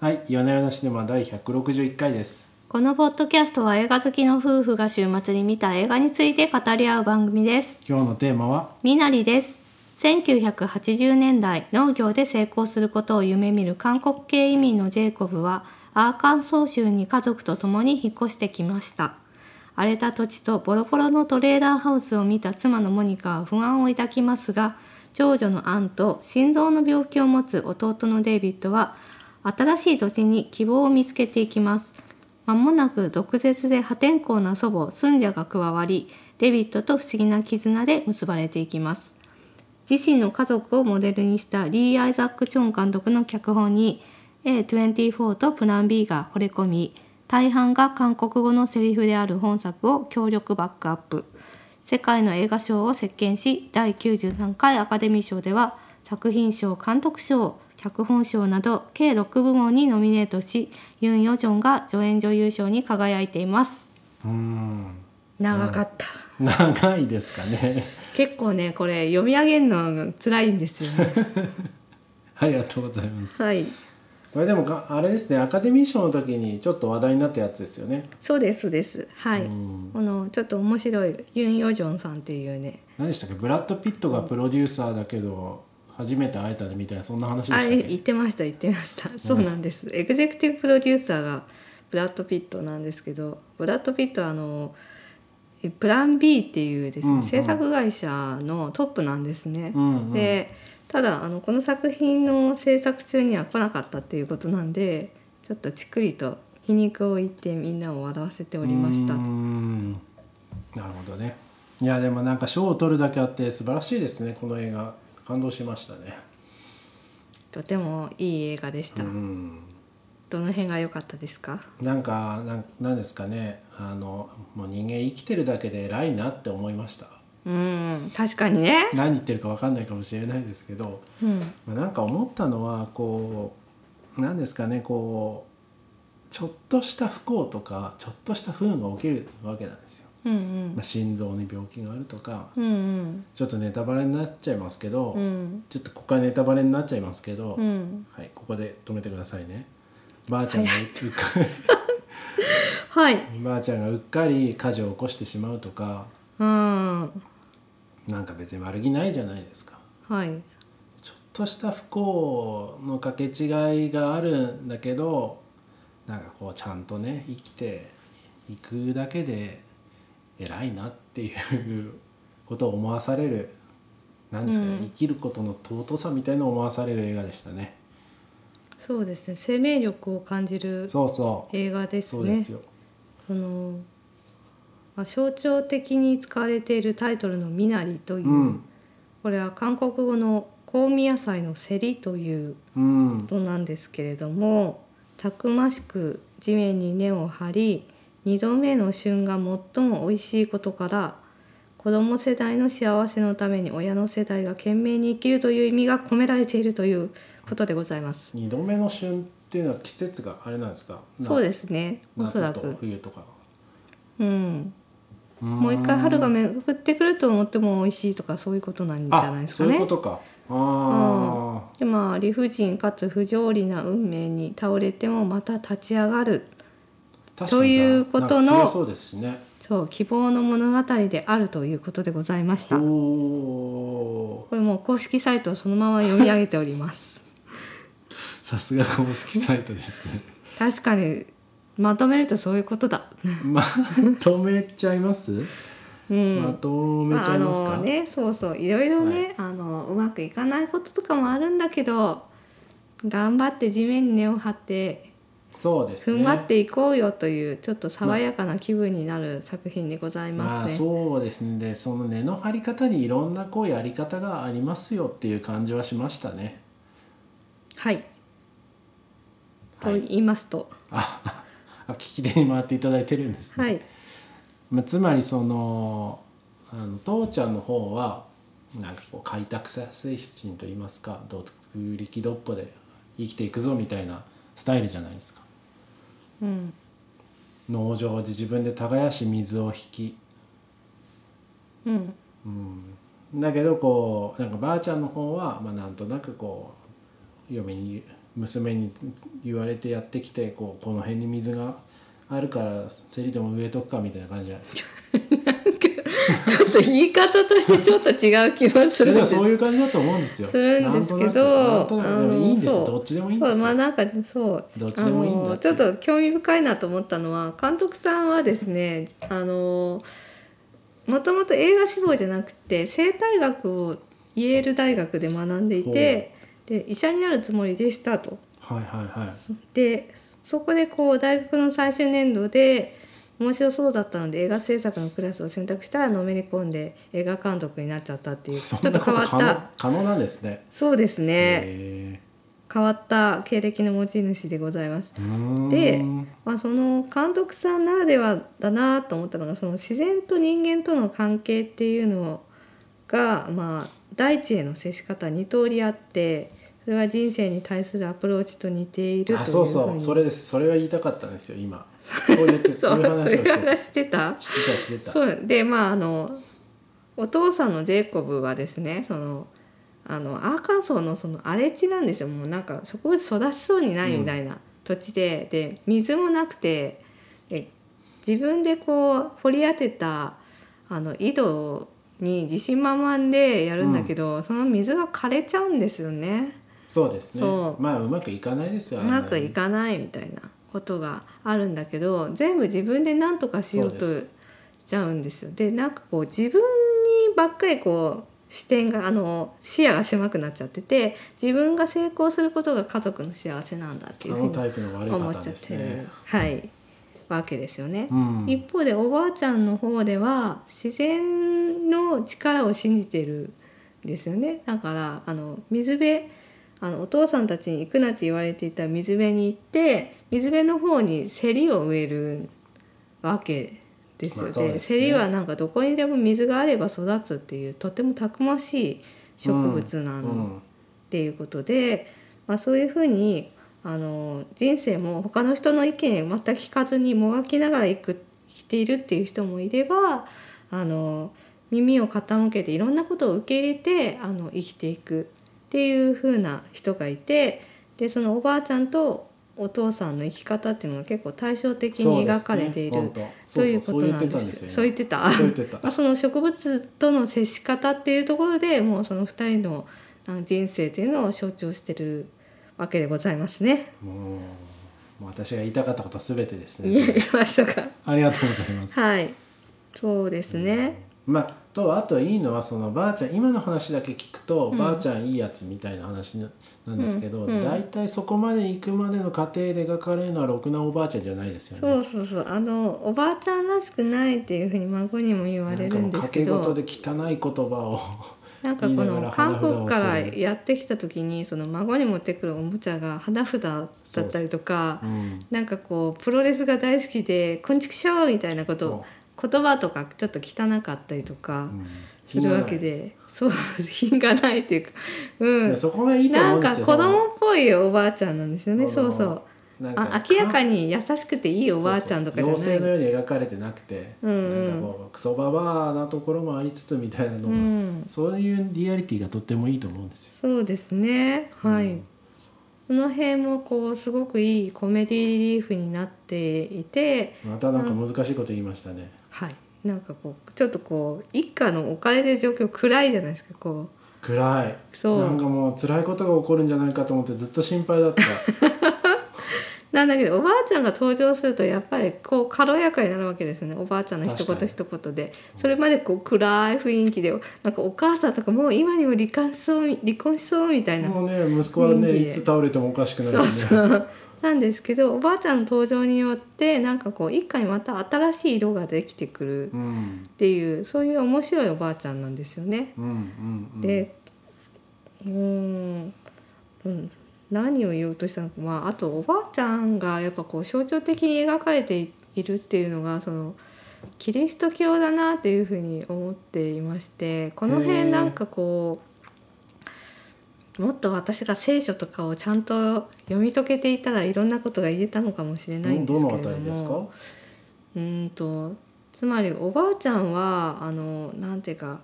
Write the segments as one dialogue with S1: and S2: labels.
S1: はい、夜な夜なシネマ第161回です。
S2: このポッドキャストは映画好きの夫婦が週末に見た映画について語り合う番組です。
S1: 今日のテーマは、
S2: みなりです。1980年代、農業で成功することを夢見る韓国系移民のジェイコブは、アーカンソー州に家族と共に引っ越してきました。荒れた土地とボロボロのトレーラーハウスを見た妻のモニカは不安を抱きますが、長女のアンと心臓の病気を持つ弟のデイビッドは、新しい土地に希望を見つけていきます。まもなく毒舌で破天荒な祖母スンジャが加わりデビッドと不思議な絆で結ばれていきます自身の家族をモデルにしたリー・アイザック・チョン監督の脚本に A24 とプラン B が惚れ込み大半が韓国語のセリフである本作を強力バックアップ世界の映画賞を席巻し第93回アカデミー賞では作品賞監督賞脚本賞など計6部門にノミネートしユン・ヨジョンが助演女優賞に輝いています
S1: うーん、
S2: 長かった、
S1: 長いですかね。
S2: 結構ねこれ読み上げるの辛いんですよね
S1: ありがとうございます。
S2: はい
S1: これでもか、あれですね、アカデミー賞の時にちょっと話題になったやつですよね。
S2: そうですそうですはい
S1: うん
S2: このちょっと面白いユン・ヨジョンさんっていうね
S1: 何でしたっけ、ブラッド・ピットがプロデューサーだけど、初めて会えたねみたいな、そんな話で
S2: あ
S1: したっ
S2: れ
S1: け
S2: 言ってました言ってました、そうなんですエグゼクティブプロデューサーがブラッド・ピットなんですけどブラッド・ピットはあのえプラン B っていうですね、
S1: うんうん
S2: 制作会社のトップなんですね、
S1: うんうん
S2: でただあのこの作品の制作中には来なかったっていうことなんでちょっとちっくりと皮肉を言ってみんなを笑わせておりました
S1: うーんなるほどねいやでもなんか賞を取るだけあって素晴らしいですねこの映画感動しましたね
S2: とてもいい映画でした、
S1: うん
S2: どの辺が良かったですか
S1: なんかなんなんですかねあのもう人間生きてるだけで偉いなって思いました
S2: うん確かにね、
S1: 何言ってるか分かんないかもしれないですけど
S2: うん、
S1: まあなんか思ったのはこうなんですかねこうちょっとした不幸とかちょっとした不運が起きるわけなんですよ、
S2: うん
S1: まあ、心臓に病気があるとか
S2: うんうん
S1: ちょっとネタバレになっちゃいますけど、
S2: うんうん
S1: ちょっとここはネタバレになっちゃいますけど、
S2: うん、
S1: はい、ここで止めてくださいね。ばあちゃんがうっか
S2: はい、
S1: り、ばあちゃんがうっかり火事を起こしてしまうとか、
S2: うん、
S1: なんか別に悪気ないじゃないですか。
S2: はい、
S1: ちょっとした不幸のかけ違いがあるんだけど、なんかこうちゃんとね生きていくだけで偉いなっていうことを思わされる。なんですかね、
S2: うん
S1: 生きることの尊さみたいのを思わされる映画でしたね。
S2: そうですね、生命力を感じる
S1: そうそう。
S2: 映画です
S1: そう
S2: ね。
S1: ですよ。
S2: その、まあ、象徴的に使われているタイトルのミナリという、
S1: うん。
S2: これは韓国語の香味野菜のセリという
S1: うん
S2: こ。となんですけれども、たくましく地面に根を張り、二度目の旬が最も美味しいことから。子供世代の幸せのために親の世代が懸命に生きるという意味が込められているということでございます。
S1: 二度目の旬っていうのは季節があれなんですか。な
S2: そうですねおそら
S1: 夏と
S2: く、
S1: 冬とか。
S2: うん、
S1: も
S2: もう一回春が巡ってくると思っても美味しいとかそういうことなんじゃないです
S1: そ
S2: か
S1: ういう
S2: ね
S1: こ。とか。あ
S2: でまあ理不尽かつ不条理な運命に倒れてもまた立ち上がる
S1: あ。確かに
S2: ということの
S1: なんか強そうですしね。
S2: そう希望の物語であるということでございました。こ
S1: おー
S2: れもう公式サイトをそのまま読み上げてお ります。
S1: さすが公式サイトですね。
S2: 確かにまとめるとそういうことだ。
S1: まとめちゃいます。
S2: うん。
S1: まとめちゃいます
S2: あ、あ
S1: か
S2: の。ねそうそういろいろね、あのうまくいかないこととかもあるんだけど頑張って地面に根を張って
S1: そうです
S2: 踏
S1: ね。
S2: ん張っていこうよという、ちょっと爽やかな気分になる作品でござい
S1: ま
S2: ま
S1: あ
S2: すね。
S1: そうですねでその根の張り方にいろんなこうやり方がありますよっていう感じはしましたね。
S2: はい、
S1: はい
S2: と言いますと
S1: ああ聞き手に回っていただいてるんですね、
S2: はい
S1: まあ、つまりそのあの父ちゃんの方はなんかこう開拓者精神といいますか独力どっぽで生きていくぞみたいなスタイルじゃないですか
S2: うん
S1: 農場で自分で耕し水を引き
S2: うん
S1: だけどこうなんかばあちゃんの方は、まあ、なんとなくこう嫁に娘に言われてやってきてこうこの辺に水があるからセリでも植えとくかみたいな感じじゃないですか。
S2: ちょっと言い方としてちょっと違う気はす
S1: そ
S2: る
S1: れで
S2: んで
S1: も
S2: す
S1: そういう感じだと思うんですよ。
S2: するんですけど
S1: なんとなくなんとなくでもいいんです
S2: あのそ
S1: よ。
S2: う
S1: どっちでもいいんで
S2: そう
S1: す
S2: まあ
S1: よ。
S2: なんかそう
S1: どっちでもいいんだって
S2: あのちょっと興味深いなと思ったのは監督さんはですねあのもともと映画志望じゃなくて生態学をイェール大学で学んでいてで医者になるつもりでしたと。
S1: はいはいはい。
S2: でそこでこう大学の最終年度で面白そうだったので映画制作のクラスを選択したらのめり込んで映画監督になっちゃったっていうちょ
S1: そ
S2: っ
S1: んな
S2: と
S1: こ
S2: 変
S1: と
S2: わっ
S1: 可能
S2: た
S1: 可能なんですね。
S2: そうですね
S1: へ
S2: 変わった経歴の持ち主でございます
S1: え。うーん
S2: でまあ、その監督さんならではだなと思ったのがその自然と人間との関係っていうのが、まあ、大地への接し方2通りあってそれは人生に対するアプローチと似ているという
S1: あそう
S2: ふ
S1: そう
S2: に
S1: それですそれは言いたかったんですよ今。そう言ってそ
S2: そ
S1: うういう話をし
S2: そう
S1: て
S2: いう
S1: た
S2: 話してた
S1: してたしてた。
S2: そうでまああのお父さんのジェイコブはですねそのあのアーカンソーのその荒れ地なんですよもうなんか植物育ちそうにないみたいな土地で、で水もなくてで自分でこう掘り当てたあの井戸に自信満々でやるんだけど、その水が枯れちゃうんですよね。
S1: そうですね
S2: そ。う
S1: まあうまくいかないですよ。
S2: うまくい
S1: ない。
S2: かないみたいなことがあるんだけど全部自分で何とかしようと
S1: そうで
S2: しちゃうんですよ。でなんかこう自分にばっかりこう視点があの視野が狭くなっちゃってて自分が成功することが家族の幸せなんだって
S1: あ
S2: いうふう
S1: の
S2: に
S1: タイプの悪いパ
S2: 思っ
S1: ターン
S2: ちゃっ
S1: です
S2: てる、
S1: ね。
S2: はい、わけですよね。
S1: うん。
S2: 一方でおばあちゃんの方では自然の力を信じてるんですよねだからあの水辺あのお父さんたちに行くなって言われていた水辺に行って水辺の方にセリを植えるわけです
S1: ま
S2: よ、
S1: あ
S2: ね
S1: そうですね
S2: セリはなんかどこにでも水があれば育つっていうとてもたくましい植物な
S1: う
S2: の
S1: ん
S2: っていうことで、まあ、そういうふうにあの人生も他の人の意見全く聞かずにもがきながら生く生きているっていう人もいればあの耳を傾けていろんなことを受け入れてあの生きていくっていうふうな人がいてでそのおばあちゃんとお父さんの生き方っていうのが結構対照的に描かれている、
S1: そ
S2: と
S1: う
S2: い
S1: で
S2: う
S1: すね
S2: ことなんで
S1: 本当
S2: す。そ
S1: そうう
S2: 言ってた
S1: そう言ってたんで
S2: まあ、
S1: すよ
S2: その植物との接し方っていうところでもうその2人のあの人生っていうのを象徴してるわけでございますね。
S1: 今。もうもう私が言いたかったことはすべてです
S2: 見え
S1: ね。
S2: ましたか。
S1: ありがとうございます。
S2: はい。そうですね。
S1: まあ、とあといいのはそのばあちゃん今の話だけ聞くと、
S2: うん
S1: ばあちゃんいいやつみたいな話ななんですけど、
S2: うんうん
S1: 大体そこまで行くまでの過程で描かれるのはろくなおばあちゃんじゃないですよね。
S2: そうそうそう。あのおばあちゃんらしくないっていうふうに孫にも言わ
S1: な
S2: れ
S1: んか
S2: る
S1: も
S2: ん
S1: う
S2: です
S1: 掛
S2: け
S1: け
S2: ど。
S1: 事で汚い言葉 を
S2: なんか
S1: 言
S2: こ
S1: いなが
S2: の
S1: ら
S2: 韓
S1: 花札を
S2: 国から
S1: する
S2: やってきた時にその孫に持ってくるおもちゃが花札だったりとか
S1: うん
S2: なんかこうプロレスが大好きで「こんちくしょう」みたいなことを
S1: そ
S2: 言葉とかちょっと汚かったりとか
S1: うん
S2: するわけで、そう 品がないっていうか、う
S1: 品がない
S2: ん、
S1: そこがいいと
S2: な
S1: 思うんんで
S2: か
S1: すよ
S2: 子供っぽいおばあちゃんなんですよね
S1: そ
S2: そ
S1: の
S2: うそう
S1: そのなん
S2: あ明らかに優しくていいおばあちゃんとかじゃ
S1: そうそう
S2: な
S1: 妖精の
S2: い。
S1: ように描かれてなくて、
S2: うんうん
S1: なんかこうクソババアなところもありつつみたいなの
S2: う
S1: が、
S2: ん、
S1: そういうリアリティがとってもいいと思うんですよ。
S2: そうですねはい、
S1: うん
S2: その辺もこうすごくいいコメディリリーフになっていて
S1: またなんか難しいこと言いましたね。
S2: はいなんかこうちょっとこう一家の置かれてる状況暗いじゃないですかこ
S1: 暗い。
S2: うそう
S1: なんかもう辛いことが起こるんじゃないかと思ってずっと心配だった。
S2: なんだけどおばあちゃんが登場するとやっぱりこう軽やかになるわけですよねおばあちゃんの一
S1: 確か
S2: 言
S1: に
S2: 一言でそれまでこう暗い雰囲気でなんかお母さんとかもう今にも離婚しそう離婚し そうみたいな、
S1: もうね息子は
S2: 元
S1: ね
S2: 気で
S1: いつ倒れてもおかしくな
S2: そう
S1: るしね。
S2: そうなんですけどおばあちゃんの登場によってなんかこう一家にまた新しい色ができてくるっ
S1: うん
S2: ていうそういう面白いおばあちゃんなんですよね。
S1: うんうんうん。
S2: でうーん、うん、何を言おうとしたのか、まあ、あとおばあちゃんがやっぱこう象徴的に描かれているっていうのがそのキリスト教だなっていうふうに思っていましてこの
S1: へ
S2: 辺
S1: ー
S2: なんかこうもっと私が聖書とかをちゃんと読み解けていたらいろんなことが言えたのかもしれないん
S1: ど
S2: で
S1: どの
S2: すけ
S1: あ
S2: れど
S1: たりです
S2: も。
S1: か？
S2: うーんとつまりおばあちゃんはあのなんていうか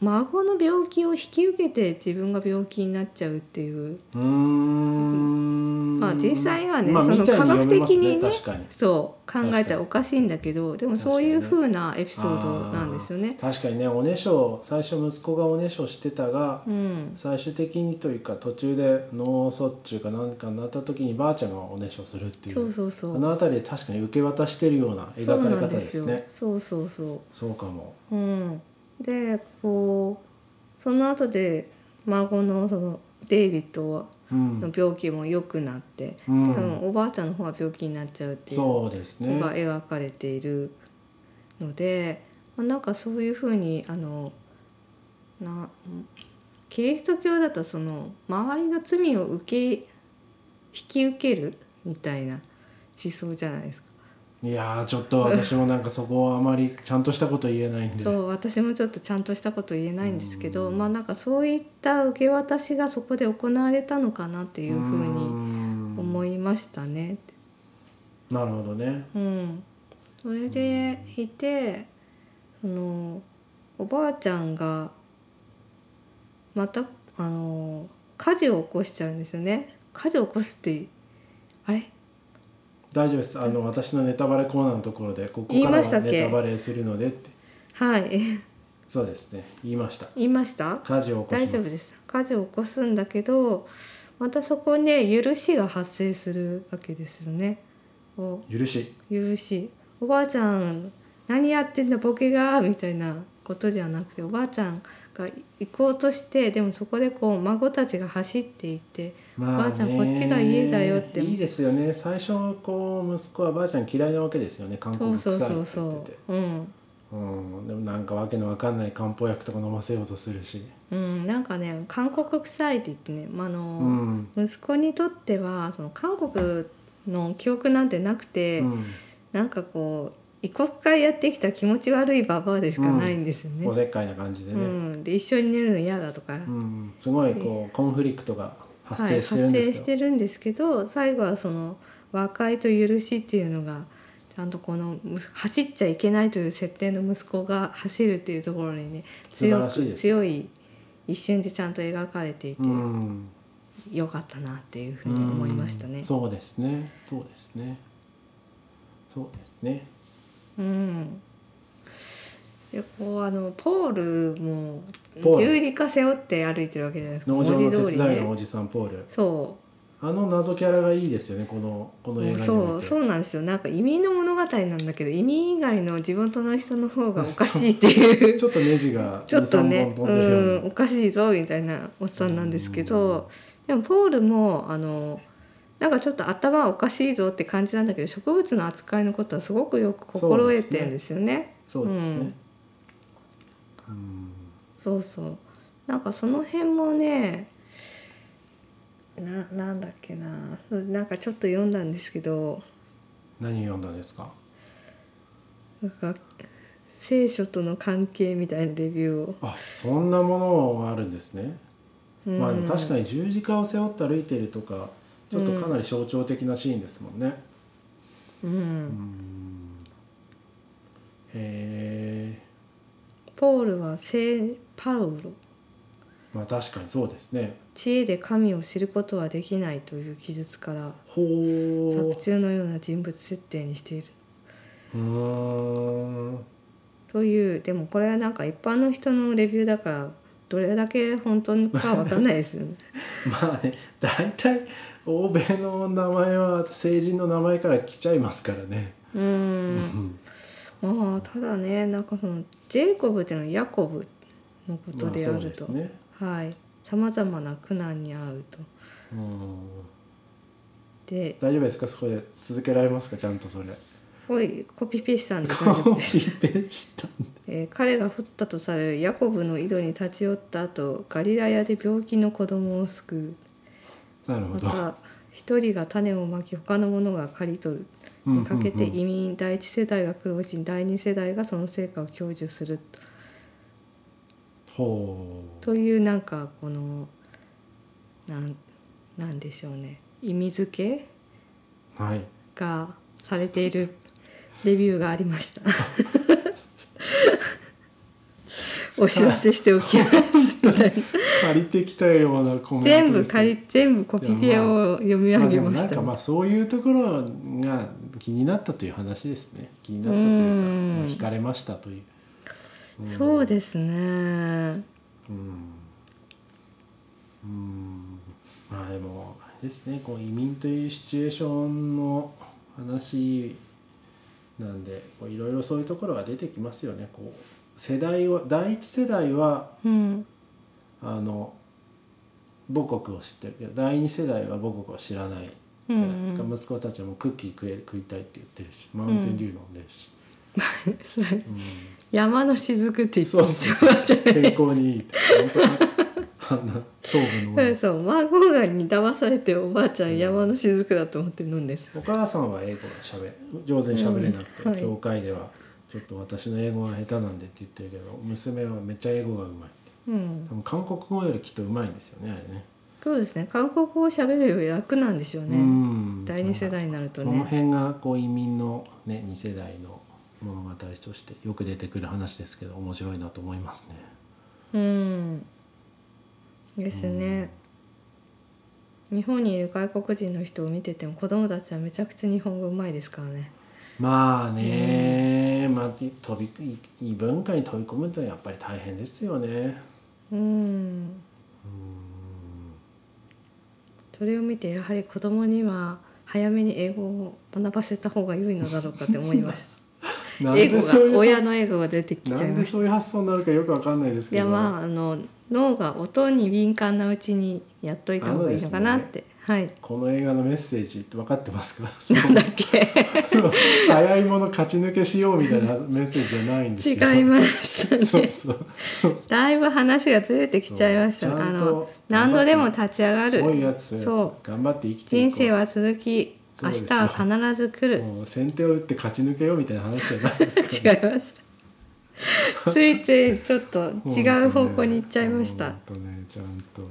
S2: 孫の病気を引き受けて自分が病気になっちゃうっていう
S1: うーん
S2: まあ実際はね
S1: まあ
S2: その
S1: みたい読めます
S2: 科学
S1: 確かに
S2: そう考えたらおかしいんだけどでもそういう
S1: 確か
S2: 風なエピソードなんですよね。
S1: 確かにねおねしょ最初息子がおねしょしてたが、
S2: うん、
S1: 最終的にというか途中で脳卒中か何かになった時にばあちゃんがおねしょするっていう
S2: そうそうそ
S1: こ
S2: う。
S1: の辺りで確かに受け渡してるような
S2: そ
S1: 描
S2: う
S1: かれ
S2: なん
S1: 方
S2: で
S1: ですす
S2: よ
S1: ね。
S2: そうそうそ
S1: そうかも
S2: う。うん、でこうその後で孫のそのデイビッド
S1: うん
S2: の病気も良くなって、
S1: う
S2: 多
S1: ん
S2: 分おばあちゃんの方は病気になっちゃうっていうの
S1: そうですね
S2: が描かれているので、まあなんかそういう風にあのなキリスト教だとその周りの罪を受け引き受けるみたいな思想じゃないですか。
S1: いやーちょっと私もなんかそこはあまりちゃんとしたこと言えないんで
S2: そう私もちょっとちゃんとしたこと言えないんですけど、
S1: うん
S2: まあなんかそういった受け渡しがそこで行われたのかなっていうふうに思
S1: い
S2: いましたね。
S1: なるほどね
S2: うん、それでいてそのおばあちゃんがまたあの火事を起こしちゃうんですよね。火事を起こすってあれ
S1: 大丈夫ですあの私のネタバレコーナーのところでここ
S2: 言い
S1: から
S2: ました
S1: は
S2: っけ
S1: ネタバレするのでって
S2: はい
S1: そうですね言いました
S2: 言いました
S1: 火事を起こし
S2: 大
S1: ます
S2: 丈夫です火事を起こすんだけどまたそこにね許しが発生するわけですよねお
S1: 許し
S2: 許しおばあちゃん何やってんだボケがみたいなことじゃなくておばあちゃんが行こうとしてでもそこでこう孫たちが走っていって
S1: まあ
S2: ばあちゃん
S1: ね
S2: こっちが家だよって
S1: いいですよね最初はこう息子はばあちゃん嫌いなわけですよね韓
S2: そ
S1: 国
S2: う
S1: 臭
S2: そ
S1: いうって
S2: そ
S1: 言
S2: う
S1: ってて
S2: そううん、
S1: うん、でもなんかわけのわかんない漢方薬とか飲ませようとするし、
S2: うん、なんかね韓国臭いって言ってね、まああの
S1: うん
S2: 息子にとってはその韓国の記憶なんてなくて、
S1: うん
S2: なんかこう異国会やってきた気持ち悪いババアでしかないんですよね。う
S1: お
S2: ん
S1: せっかいな感じでね、うん
S2: で一緒に寝るの嫌だとか、
S1: すごいこうコンフリクトが発生してるん
S2: はい、
S1: で
S2: 発生
S1: す
S2: し
S1: け
S2: てるんですけど最後はその和解と許しっていうのがちゃんとこのむ走っちゃいけないという設定の息子が走るっていうところにね
S1: 素晴
S2: 強
S1: らしい
S2: く
S1: です
S2: 強い一瞬でちゃんと描かれていて、
S1: ど、うん、
S2: よかったなっていうふうに思いました
S1: う
S2: ね
S1: ん。そうですねそうですねそうですね
S2: うん、でこうあのポールも
S1: ポール
S2: 十字架背負って歩いてるわけじゃないですか
S1: 農場の手伝いのお
S2: ね
S1: じさんポール、
S2: そ
S1: あの謎キャラがいいですよねこのこの映画においうて
S2: そうそうなんですよなんか移民の物語なんだけど移民以外の地元の人の方がおかしいってい う
S1: ちょっとネジが
S2: ちょっと
S1: 23
S2: ね
S1: 本飛
S2: うん
S1: でるようなん
S2: おかしいぞみたいなおっさんなんですけどでもポールもあのなんかちょっと頭おかしいぞって感じなんだけど植物の扱いのことはすごくよく心得てるんですよね。
S1: そうですね、うん
S2: そうそうなんかその辺もねななんだっけなそうなんかちょっと読んだんですけど
S1: 何読んだんですか
S2: なんか聖書との関係みたいなレビューを、
S1: あそんなものがあるんですね、
S2: うん
S1: まあでも確かに十字架を背負って歩いてるとかちょっとかなり象徴的なシーンですもんね、
S2: うん
S1: うんへえ
S2: ポールは聖パウロ
S1: まあ確かにそうですね
S2: 知恵で神を知ることはできないという記述から
S1: ほ
S2: 作
S1: う
S2: 中のような人物設定にしている
S1: うーん
S2: というでもこれはなんか一般の人のレビューだからどれだけ本当かわかんないです よね。
S1: まあね大体欧米の名前は成人の名前から来ちゃいますからね、
S2: うん
S1: うん
S2: まあただねなんかそのジェイコブっていうのはヤコブのこと
S1: まあ
S2: であ
S1: そう
S2: る
S1: です
S2: と、
S1: ね
S2: はいさまざまな苦難に遭うと
S1: うん
S2: で
S1: 大丈夫ですかそこで続けられますかちゃんとそれ
S2: おいコピペしたんで大丈
S1: コ
S2: 夫です、
S1: ピペしたんだ
S2: えー彼が降ったとされるヤコブの井戸に立ち寄った後ガリラヤで病気の子供を救
S1: なる
S2: う
S1: ほ
S2: ま
S1: ど
S2: た一人が種をまき他の者が刈り取る
S1: うん
S2: かけて
S1: うんうん
S2: 移民第一世代が苦労人第二世代がその成果を享受する
S1: ほう
S2: というなんかこのなんなんでしょうね意味付け
S1: はい
S2: がされてい るレビューがありました。お知らせしておきますみたいな
S1: 借りてきたようなコメントです
S2: 全部借り全部コピペを読み
S1: ま
S2: 上
S1: あで
S2: げ
S1: も
S2: ま
S1: な
S2: し
S1: ん
S2: た、
S1: かまあそういうところが気になったという話ですね気になったというか
S2: うん
S1: まあ惹かれましたという、
S2: そうですね
S1: うんうんまあでもあれですねこう移民というシチュエーションの話なんでこういろいろそういうところが出てきますよねこう世代は第一世代は
S2: うん
S1: あの母国を知ってるけど第二世代は母国を知らないじ
S2: う
S1: ゃ
S2: んう
S1: ないですか、
S2: ん、
S1: 息子たちもクッキー食え食いたいって言ってるしマウンテンデュー飲んでるし、
S2: それ
S1: うん
S2: 山の雫って言って
S1: そう
S2: ま
S1: そう そう
S2: したよ
S1: 健
S2: ね
S1: 康にいいって本当にあんな糖分のもの
S2: そうマーゴーガンに騙されておばあちゃん山の雫だと思って飲んです
S1: お母さんは英語がしゃべ上手にしゃべれなくて、
S2: うんはい
S1: 教会ではちょっと私の英語が下手なんでって言ってるけど娘はめっちゃ英語がうまいって
S2: うん
S1: 多分韓国語よりきっとうまいんですよねあれね
S2: そうですね韓国語を喋るより楽なんでしょう
S1: う
S2: ね
S1: ん
S2: 第二世代になると
S1: その
S2: ね
S1: 辺がこう移民のね2世代の物語としてよく出てくる話ですけど面白いなと思いますね。
S2: うんですね日本にいる外国人の人を見てても子供たちはめちゃくちゃ日本語うまいですからね
S1: まあね、まあ、飛び異文化に飛び込むってのはやっぱり大変ですよね。
S2: うんそれを見てやはり子供には早めに英語を学ばせた方が良いのだろうかって思いまし た
S1: なん
S2: 英
S1: で
S2: 語
S1: そういう
S2: が親の英語が出てきち
S1: な
S2: ゃい
S1: んで
S2: まし
S1: そういう発想になるかよくわかんないです
S2: たい
S1: けど。
S2: やまああの脳が音に敏感なうちにやっといた方がいいのかなって、はい
S1: この映画のメッセージって分かってますか
S2: なんだっけ
S1: 早いもの勝ち抜けしようみたいなメッセージじゃないんですよ
S2: 違いました
S1: そ
S2: ね
S1: うそうそうそう
S2: だいぶ話がずれてきちゃいましたね
S1: そう
S2: あ
S1: ちゃんと
S2: の何度でも立ち上がる
S1: そういうやつそういうやつ
S2: そう
S1: 頑張って生きていこう
S2: 人生は続き
S1: そう
S2: 明
S1: です
S2: 日は必ず来 る
S1: もう先手を打って勝ち抜けようみたいな話じゃないですか
S2: 違い ましたついついちょっと 違う方向に行っちゃいまし
S1: ほ
S2: た
S1: んとねちゃんとは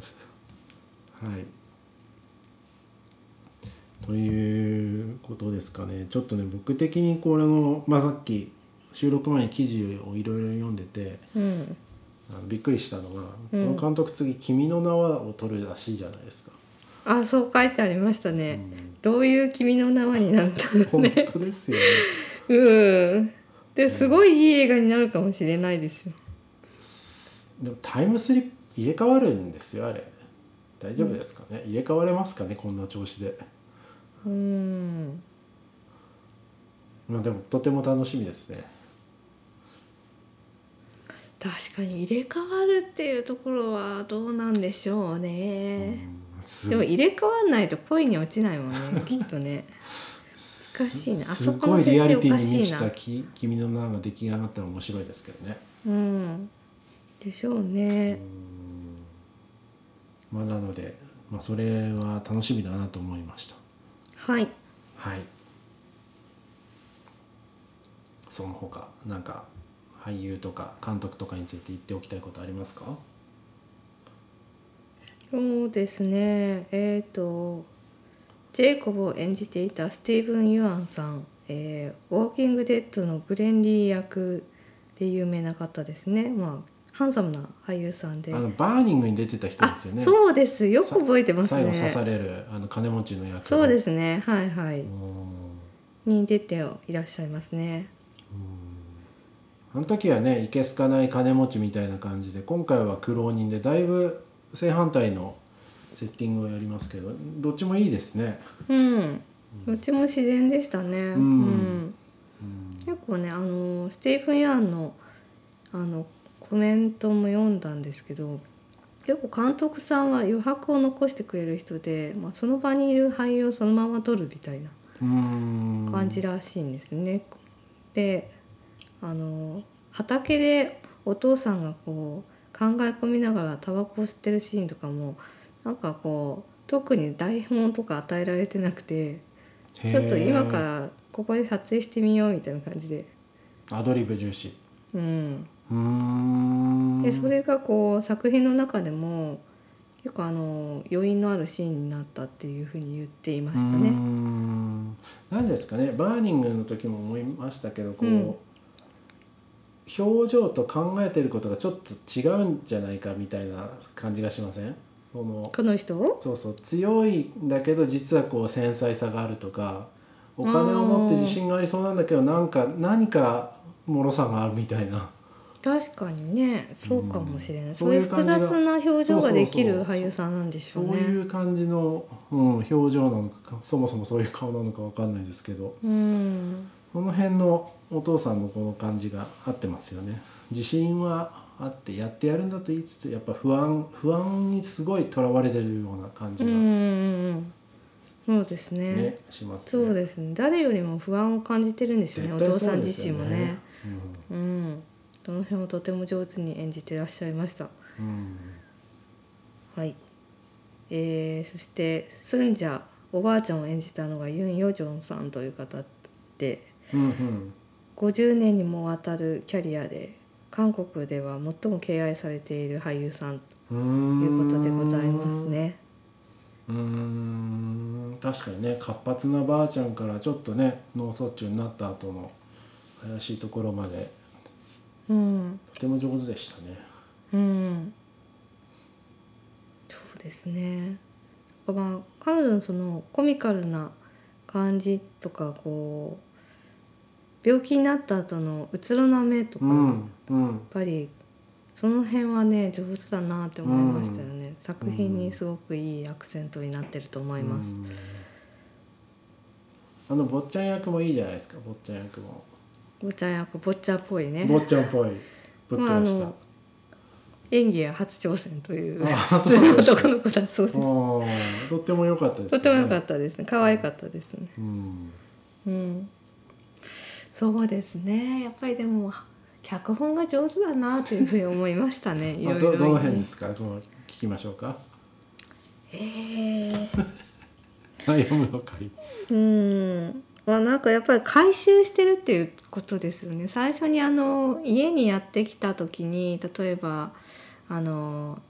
S1: いということですかねちょっとね僕的にこれの、まあ、さっき収録前に記事をいろいろ読んでて
S2: うん
S1: あのびっくりしたのが、
S2: う
S1: この
S2: ん
S1: 監督次「君の名は」を撮るらしいじゃないですか。
S2: あそう書いてありましたね、
S1: うん
S2: どういう君の名はになるんだろう
S1: 本
S2: ね
S1: 当ですよね。
S2: うんですごいいい映画になるかもしれないですよ
S1: でもタイムスリップ入れ替わるんですよあれ大丈夫ですかね、入れ替われますかねこんな調子で
S2: うん
S1: まあでもとても楽しみですね
S2: 確かに入れ替わるっていうところはどうなんでしょうね、
S1: うんす
S2: でも入れ替わんないと恋に落ちないもん ねきっとね難しいなあ
S1: す
S2: そ
S1: ご
S2: この
S1: い
S2: 設
S1: リア
S2: 定
S1: リ
S2: お
S1: ティ
S2: か
S1: に満
S2: しい
S1: ちた
S2: な
S1: き「君の名が出来上がったら面白いですけどね
S2: うんでしょうね
S1: まあなので、まあ、それは楽しみだなと思いました
S2: はい
S1: はいその他なんか俳優とか監督とかについて言っておきたいことありますか
S2: そうですねえっ、とジェイコブを演じていたスティーブン・ユアンさん、えーウォーキング・デッドのグレン・リー役で有名な方ですねまあハンサムな俳優さんで
S1: あ
S2: あ
S1: のバーニングに出てた人ですよね
S2: そうですよく覚えてます
S1: 最後刺
S2: ね
S1: されるあの金持ちの役
S2: そうですすねはいはいに出ていらっしゃいますね
S1: あの時はねいけすかない金持ちみたいな感じで今回は苦労人でだいぶ正反対のセッティングをやりますけどどっちもいいですね、
S2: うんどっちも自然でしたね
S1: うん
S2: うん結構ねあのスティーブン・ヤンのあのコメントも読んだんですけど結構監督さんは余白を残してくれる人で、まあ、その場にいる俳優をそのまま撮るみたいな
S1: うんうん
S2: 感じらしいんですね。であの畑でお父さんがこう考え込みながらタバコを吸ってるシーンとかもなんかこう特に台本とか与えられてなくて
S1: へー
S2: ちょっと今からここで撮影してみようみたいな感じで。
S1: アドリブ重視
S2: うん
S1: うーん
S2: でそれがこう作品の中でも結構あの余韻のあるシーンになったっていうふうに言っていました
S1: うー
S2: ね。
S1: ん何ですかねバーニングの時も思いましたけどこう、
S2: うん
S1: 表情と考えてることがちょっと違うんじゃないかみたいな感じがしませんその
S2: この人
S1: そうそう強いんだけど実はこう繊細さがあるとかお金を持って自信がありそうなんだけどなんか何か脆さがあるみたいな
S2: 確かにねそうかもしれない、
S1: うん
S2: そういう
S1: そういう
S2: 複
S1: 感じが
S2: 雑な表情ができ
S1: そう
S2: る
S1: そうそう
S2: 俳優さんなんでし
S1: そ
S2: ょ
S1: うう
S2: ね。
S1: いう感じの、うん、表情なのかそもそもそういう顔なのかわかんないですけど
S2: うん
S1: この辺のお父さんのこの感じが合ってますよね自信はあってやってやるんだと言いつつやっぱ不安不安にすごいとらわれてるような感じ
S2: うんう
S1: が、
S2: ん
S1: ね
S2: うんそうですね
S1: します
S2: そう
S1: す
S2: ですね誰よりも不安を感じてるんですよねお父さん自身もね。うんその辺をとても上手に演じてらっしゃいました
S1: うん、うん
S2: はいえー、そしてスンジャおばあちゃんを演じたのがユン・ヨジョンさんという方で
S1: うんうん
S2: 50年にもわたるキャリアで韓国では最も敬愛されている俳優さん
S1: う
S2: と
S1: ん
S2: いうことでございますね。
S1: うーん確かにね活発なばあちゃんからちょっとね脳卒中になった後の怪しいところまで
S2: うん、
S1: とても上手でしたね
S2: うん、そうですね。まあ彼女のそのコミカルな感じとかこう病気になった後のうつろな目とか、
S1: う
S2: やっ
S1: んうん
S2: ぱりその辺はね上手だなって思いましたよね、作品にすごくいいアクセントになってると思います。
S1: うんあの坊ちゃん役もいいじゃないですか坊ちゃん役も
S2: ぼっちゃん役ぼっちゃっぽいね。
S1: 坊ちゃんっぽいぶっ
S2: まああ
S1: 壊した、
S2: の演技は初挑戦という
S1: あ
S2: 普通の 男の子だそうです。
S1: あーとっても良かったです、
S2: とても良かったたですね。可愛かったですね。
S1: うん、
S2: うん。そうですね。やっぱりでも脚本が上手だなというふうに思いましたね。い
S1: あ
S2: ろい
S1: ど
S2: ろ、ね。
S1: どの辺ですかどう聞きましょうか
S2: えー
S1: あ読むのかい
S2: うん。まあなんかやっぱり回収してるっていうことですよね。最初にあの家にやってきた時に例えばあの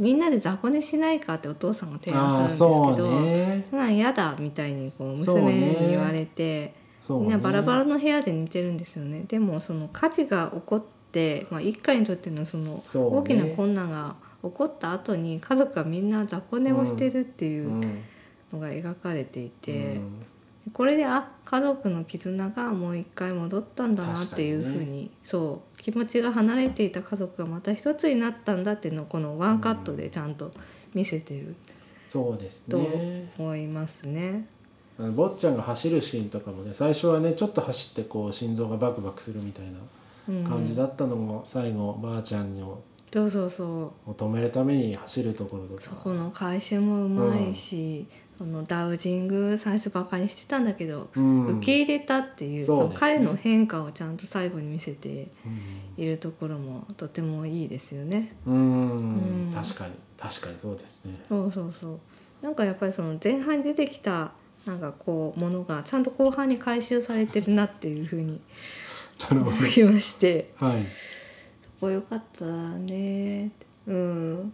S2: みんなで雑魚寝しないかってお父さんが提
S1: あ
S2: 案
S1: あ
S2: するん
S1: そ
S2: ですけど。
S1: うね
S2: まあ嫌だみたいにこう
S1: そう
S2: 娘
S1: ね
S2: に言われて、
S1: そうね
S2: みんなバラバラの部屋で寝てるんですよねでもその火事が起こって、まあ、一家にとってのその
S1: そうね
S2: 大きな困難が起こった後に家族がみんな雑魚寝をしてるって
S1: う
S2: いうんのが描かれていて
S1: う、ん
S2: これであ家族の絆がもう一回戻ったんだなっていう
S1: 確か
S2: ふう
S1: にね
S2: にそう気持ちが離れていた家族がまた一つになったんだっていうのをこのワンカットでちゃんと見せてる
S1: そうです
S2: と
S1: ね
S2: 思いますね。
S1: あの坊ちゃんが走るシーンとかもね最初はねちょっと走ってこう心臓がバクバクするみたいな
S2: うん
S1: 感じだったのも、最後ばあちゃんを
S2: そうそうそう
S1: を止めるために走るところとか
S2: そこの回収もうまいし、そのダウジング最初バカにしてたんだけど、
S1: うん
S2: 受け入れたっていう
S1: そうですね
S2: その彼の変化をちゃんと最後に見せて
S1: うん
S2: いるところもとてもいいですよね。
S1: うん
S2: うん
S1: 確かに確かにそうですね
S2: そうそうそうなんかやっぱりその前半に出てきたなんかこうものがちゃんと後半に回収されてるなっていうふうに
S1: なるほ
S2: 思いまして。
S1: どはい
S2: およかったねうん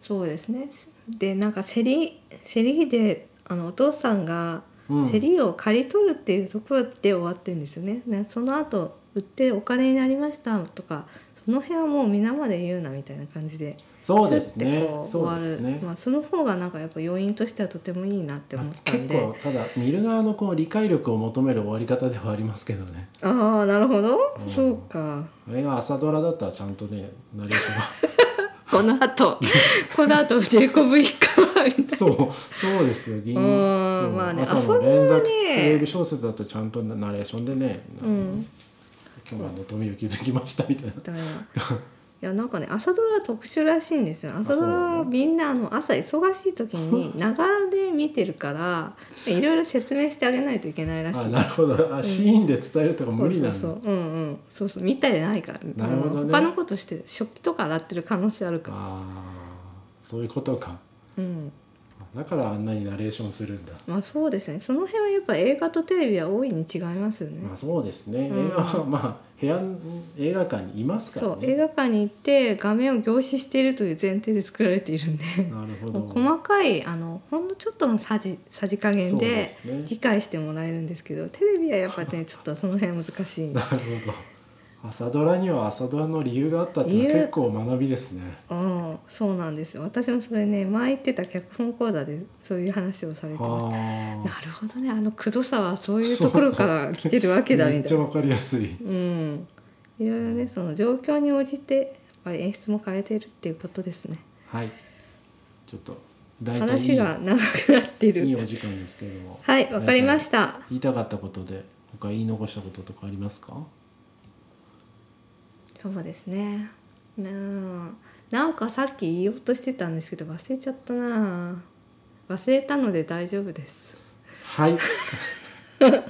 S2: そうですねでなんか競り競りであのお父さんが
S1: うん
S2: 競りを借り取るっていうところで終わってるんですよね,、ねその後売ってお金になりましたとかその辺はもう皆まで言うなみたいな感じで
S1: そうです
S2: スッ
S1: ね
S2: てこう終
S1: そ
S2: わ
S1: うで
S2: る
S1: すね
S2: まあ、その方がなんかやっぱ要因としてはとてもいいなって思ったん
S1: 結
S2: で
S1: 構ただ見る側のこう理解力を求める終わり方ではありますけどね
S2: ああなるほど、
S1: うん
S2: そうか
S1: あれが朝ドラだったらちゃんとねナレーショ
S2: この後この後ジェイコブ一家はみたいな
S1: ン がそうそうですよ銀
S2: うーん
S1: そう
S2: まあね
S1: 朝
S2: あそ
S1: の
S2: こはね
S1: 連続テレビ小説だとちゃんとナレーションでね、
S2: うん、
S1: 今日はあの富を築きましたみたいな。
S2: だからいやなんかね朝ドラは特殊らしいんですよ朝ド
S1: あそ
S2: ラ
S1: うな
S2: は
S1: の
S2: みんなあの朝忙しい時にながらで見てるからいろいろ説明してあげないといけないらしい
S1: あなるほどあ、シーンで伝えるとか無理なんだ
S2: そうそうそううんうんそうそう見たでないから
S1: なるほどね
S2: あの他のことして食器とか洗ってる可能性あるから
S1: あーそういうことか
S2: うん
S1: だからあんなにナレーションするんだ、
S2: まあそうですねその辺はやっぱ映画とテレビは大いに違いますよね、
S1: まあそうですね映
S2: うん
S1: 画は、まあ部屋映画館にいますから
S2: そ
S1: ね
S2: う映画館に行って画面を凝視しているという前提で作られているんで
S1: なるほど
S2: 細かいあのほんのちょっとのさじさじ加減
S1: そう
S2: で
S1: ですね
S2: 理解してもらえるんですけどテレビはやっぱねちょっとその辺難しい
S1: なるほど朝ドラには朝ドラの理由があったっていうのは
S2: 理由
S1: 結構学びですね
S2: うん、そうなんですよ私もそれね前言ってた脚本講座でそういう話をされてまし
S1: あ
S2: た
S1: あ
S2: なるほどねあの黒さはそういうところから来てるわけだ
S1: め
S2: み
S1: ったち
S2: い
S1: ゃ
S2: な
S1: わかりやすい
S2: うんいろいろねその状況に応じてやっぱり演出も変えてるっていうことですね
S1: はいちょっと大体い
S2: 話が長くなって
S1: いいい
S2: る
S1: お時間ですけども
S2: はいわかりましたた
S1: 言いたかったことで他言い残したこととかありますか
S2: そうですねなあなんかさっき言おうとしてたんですけど忘れちゃったなあ忘れたので大丈夫です
S1: はいでは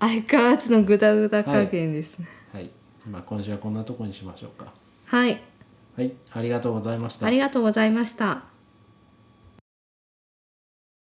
S2: 相変わらずのグダグダ加減ですね
S1: はいまあ今週はこんなとこにしましょうか
S2: はい
S1: はいありがとうございました
S2: ありがとうございました。